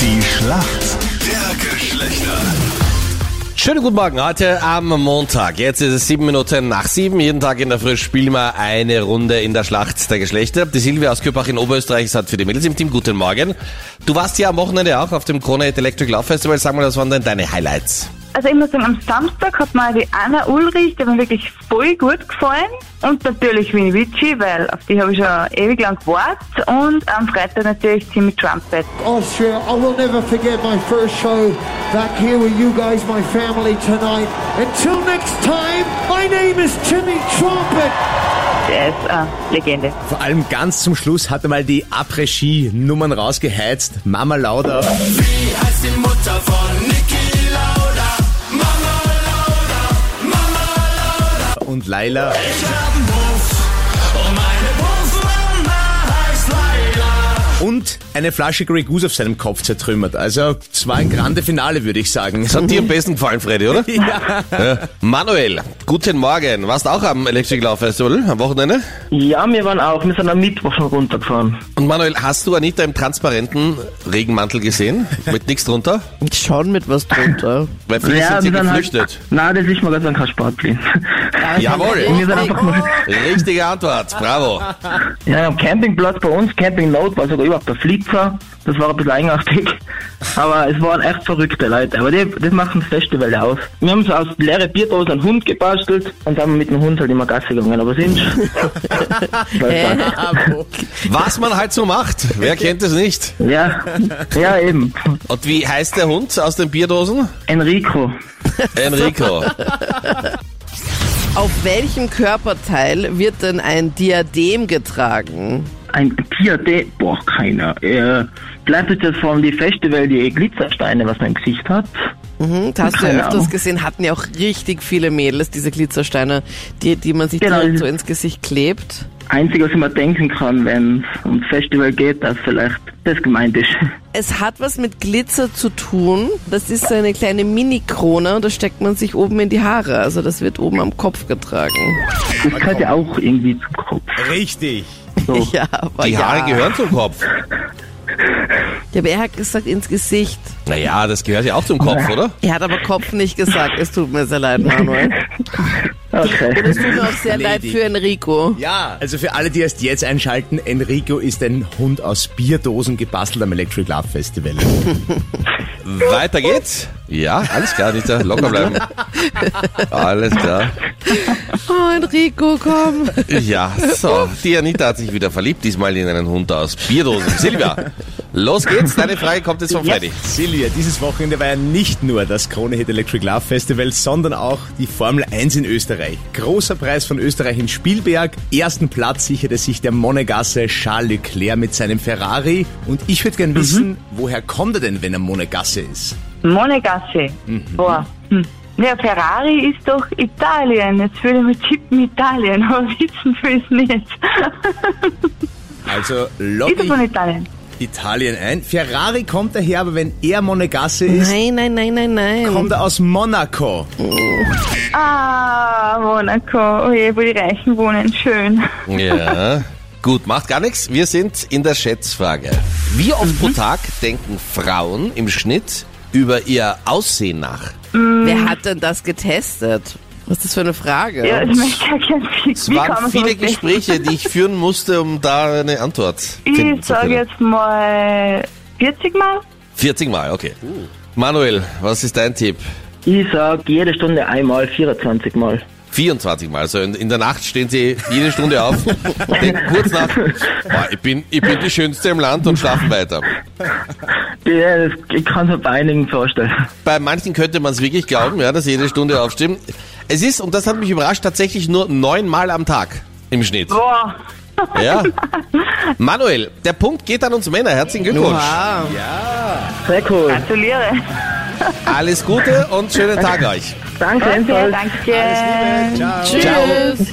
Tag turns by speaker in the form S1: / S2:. S1: Die Schlacht der Geschlechter.
S2: Schönen guten Morgen, heute am Montag. Jetzt ist es sieben Minuten nach sieben. Jeden Tag in der Früh spielen wir eine Runde in der Schlacht der Geschlechter. Die Silvia aus Köpach in Oberösterreich ist hat für die Mädels im Team. Guten Morgen. Du warst ja am Wochenende auch auf dem Krone Electric Love Festival. Sag mal, was waren denn deine Highlights?
S3: Also ich muss sagen, am Samstag hat mir die Anna Ulrich, die hat mir wirklich voll gut gefallen. Und natürlich Winnie Vici, weil auf die habe ich schon ewig lang gewartet. Und am Freitag natürlich Timmy Trumpet.
S4: Austria. I will never forget my first show back here with you guys, my family tonight. Until next time, my name is Timmy Trumpet.
S3: Der ist eine Legende.
S5: Vor allem ganz zum Schluss hat er mal die Après-Ski-Nummern rausgeheizt. Mama Lauda.
S6: Wie heißt die Mutter von Niki Lauda? Mama Lauda, Mama Lauda.
S5: und Laila.
S6: Ich hab einen Beruf und meine Berufsmama heißt Leila.
S5: Und eine Flasche Grey Goose auf seinem Kopf zertrümmert. Also, es war ein grande Finale, würde ich sagen.
S2: Das hat dir am besten gefallen, Freddy, oder?
S5: Ja.
S2: Manuel, guten Morgen. Warst auch am Electric Love Festival am Wochenende?
S7: Ja, wir waren auch. Wir sind am Mittwoch schon runtergefahren.
S2: Und Manuel, hast du Anita im transparenten Regenmantel gesehen? Mit nichts drunter?
S8: Schon mit was drunter.
S2: Weil viele sind sie
S7: wir halt-
S2: geflüchtet.
S7: nein, das ist mir ganz kein Sportplan. Wir
S2: Jawohl.
S7: sind einfach nur.
S2: Richtige Antwort. Bravo.
S7: Ja, am Campingplatz bei uns, Camping Note, war sogar überhaupt der Flitzer. Das war ein bisschen eigenartig. Aber es waren echt verrückte Leute. Aber die, das macht ein Festival aus. Wir haben so aus leere Bierdosen einen Hund gebastelt und dann mit dem Hund halt immer Gasse gegangen. Aber sind.
S2: Was man halt so macht. Wer kennt es nicht?
S7: ja, ja, eben.
S2: Und wie heißt der Hund aus den Bierdosen?
S7: Enrico.
S2: Enrico.
S8: Auf welchem Körperteil wird denn ein Diadem getragen?
S7: Ein Tier, der, boah, keiner. Äh, bleibt jetzt das von die Festival, die Glitzersteine, was man im Gesicht hat.
S8: Hm, das hast du
S7: Keine
S8: ja öfters
S7: Ahnung.
S8: gesehen, hatten ja auch richtig viele Mädels diese Glitzersteine, die, die man sich
S7: Genau.
S8: direkt so ins Gesicht klebt.
S7: Einzige, was ich mir denken kann, wenn es ums Festival geht, dass vielleicht das gemeint ist.
S8: Es hat was mit Glitzer zu tun. Das ist so eine kleine Mini-Krone und das steckt man sich oben in die Haare. Also das wird oben am Kopf getragen.
S7: Das gehört ja auch irgendwie zum Kopf.
S5: Richtig.
S7: So.
S8: Ja, aber
S2: Die Haare
S8: ja.
S2: gehören zum Kopf.
S8: Ja, aber er hat gesagt ins Gesicht.
S2: Naja, das gehört ja auch zum Kopf, oder?
S8: Er hat aber Kopf nicht gesagt. Es tut mir sehr leid, Manuel. Und es
S7: Okay.
S8: tut mir auch sehr leid für Enrico.
S5: Ja, also für alle, die erst jetzt einschalten, Enrico ist ein Hund aus Bierdosen gebastelt am Electric Love Festival.
S2: Weiter geht's. Ja, alles klar, Anita. Locker bleiben. Alles klar.
S8: Oh, Enrico, komm.
S2: Ja, so. Die Anita hat sich wieder verliebt, diesmal in einen Hund aus Bierdosen. Silvia, los geht's. Deine Frage kommt jetzt von Freddy.
S5: Silvia, dieses Wochenende war ja nicht nur das Krone Hit Electric Love Festival, sondern auch die Formel 1 in Österreich. Großer Preis von Österreich in Spielberg. Ersten Platz sicherte sich der Monegasse Charles Leclerc mit seinem Ferrari. Und ich würde gern wissen, woher kommt er denn, wenn er Monegasse ist?
S3: Monegasse.
S2: Mhm.
S3: Boah. Hm. Ja, Ferrari ist doch Italien. Jetzt würde ich mit tippen Italien, aber wissen will es nicht.
S5: Also
S3: ist
S5: logge
S3: er von Italien?
S5: ich Italien ein. Ferrari kommt daher, aber wenn er Monegasse ist,
S8: Nein, nein, nein, nein, nein.
S5: kommt er aus Monaco.
S3: Ah, Monaco. Oh je, wo die Reichen wohnen. Schön.
S2: Ja. Gut, macht gar nichts. Wir sind in der Schätzfrage. Wie oft
S3: Mhm.
S2: pro Tag denken Frauen im Schnitt über ihr Aussehen nach?
S8: Wer hat denn das getestet? Was ist das für eine Frage?
S3: Ja, ich möchte ja gerne wie,
S2: Es
S3: wie kann
S2: waren
S3: man
S2: viele
S3: sowas denken?
S2: Gespräche, die ich führen musste, um da eine Antwort finden
S3: Ich
S2: zu
S3: sage
S2: können.
S3: jetzt mal 40 Mal.
S2: 40 Mal, okay. Manuel, was ist dein Tipp?
S7: Ich sag jede Stunde einmal, 24 Mal.
S2: 24 Mal. Also in, in der Nacht stehen sie jede Stunde auf, denken kurz nach, boah, ich, bin, ich bin die Schönste im Land und schlafen weiter.
S7: Ja, das, ich kann es mir bei einigen vorstellen.
S2: Bei manchen könnte man es wirklich glauben, ja, dass sie jede Stunde aufstehen. Es ist, und das hat mich überrascht, tatsächlich nur neunmal am Tag im Schnitt.
S3: Boah.
S2: Ja. Manuel, der Punkt geht an uns Männer. Herzlichen Glückwunsch.
S8: Oha.
S7: Sehr cool.
S3: Gratuliere.
S2: Alles Gute und schönen Tag euch.
S7: Danke,
S3: Okay,
S7: jedenfalls.
S3: danke.
S8: Tschüss.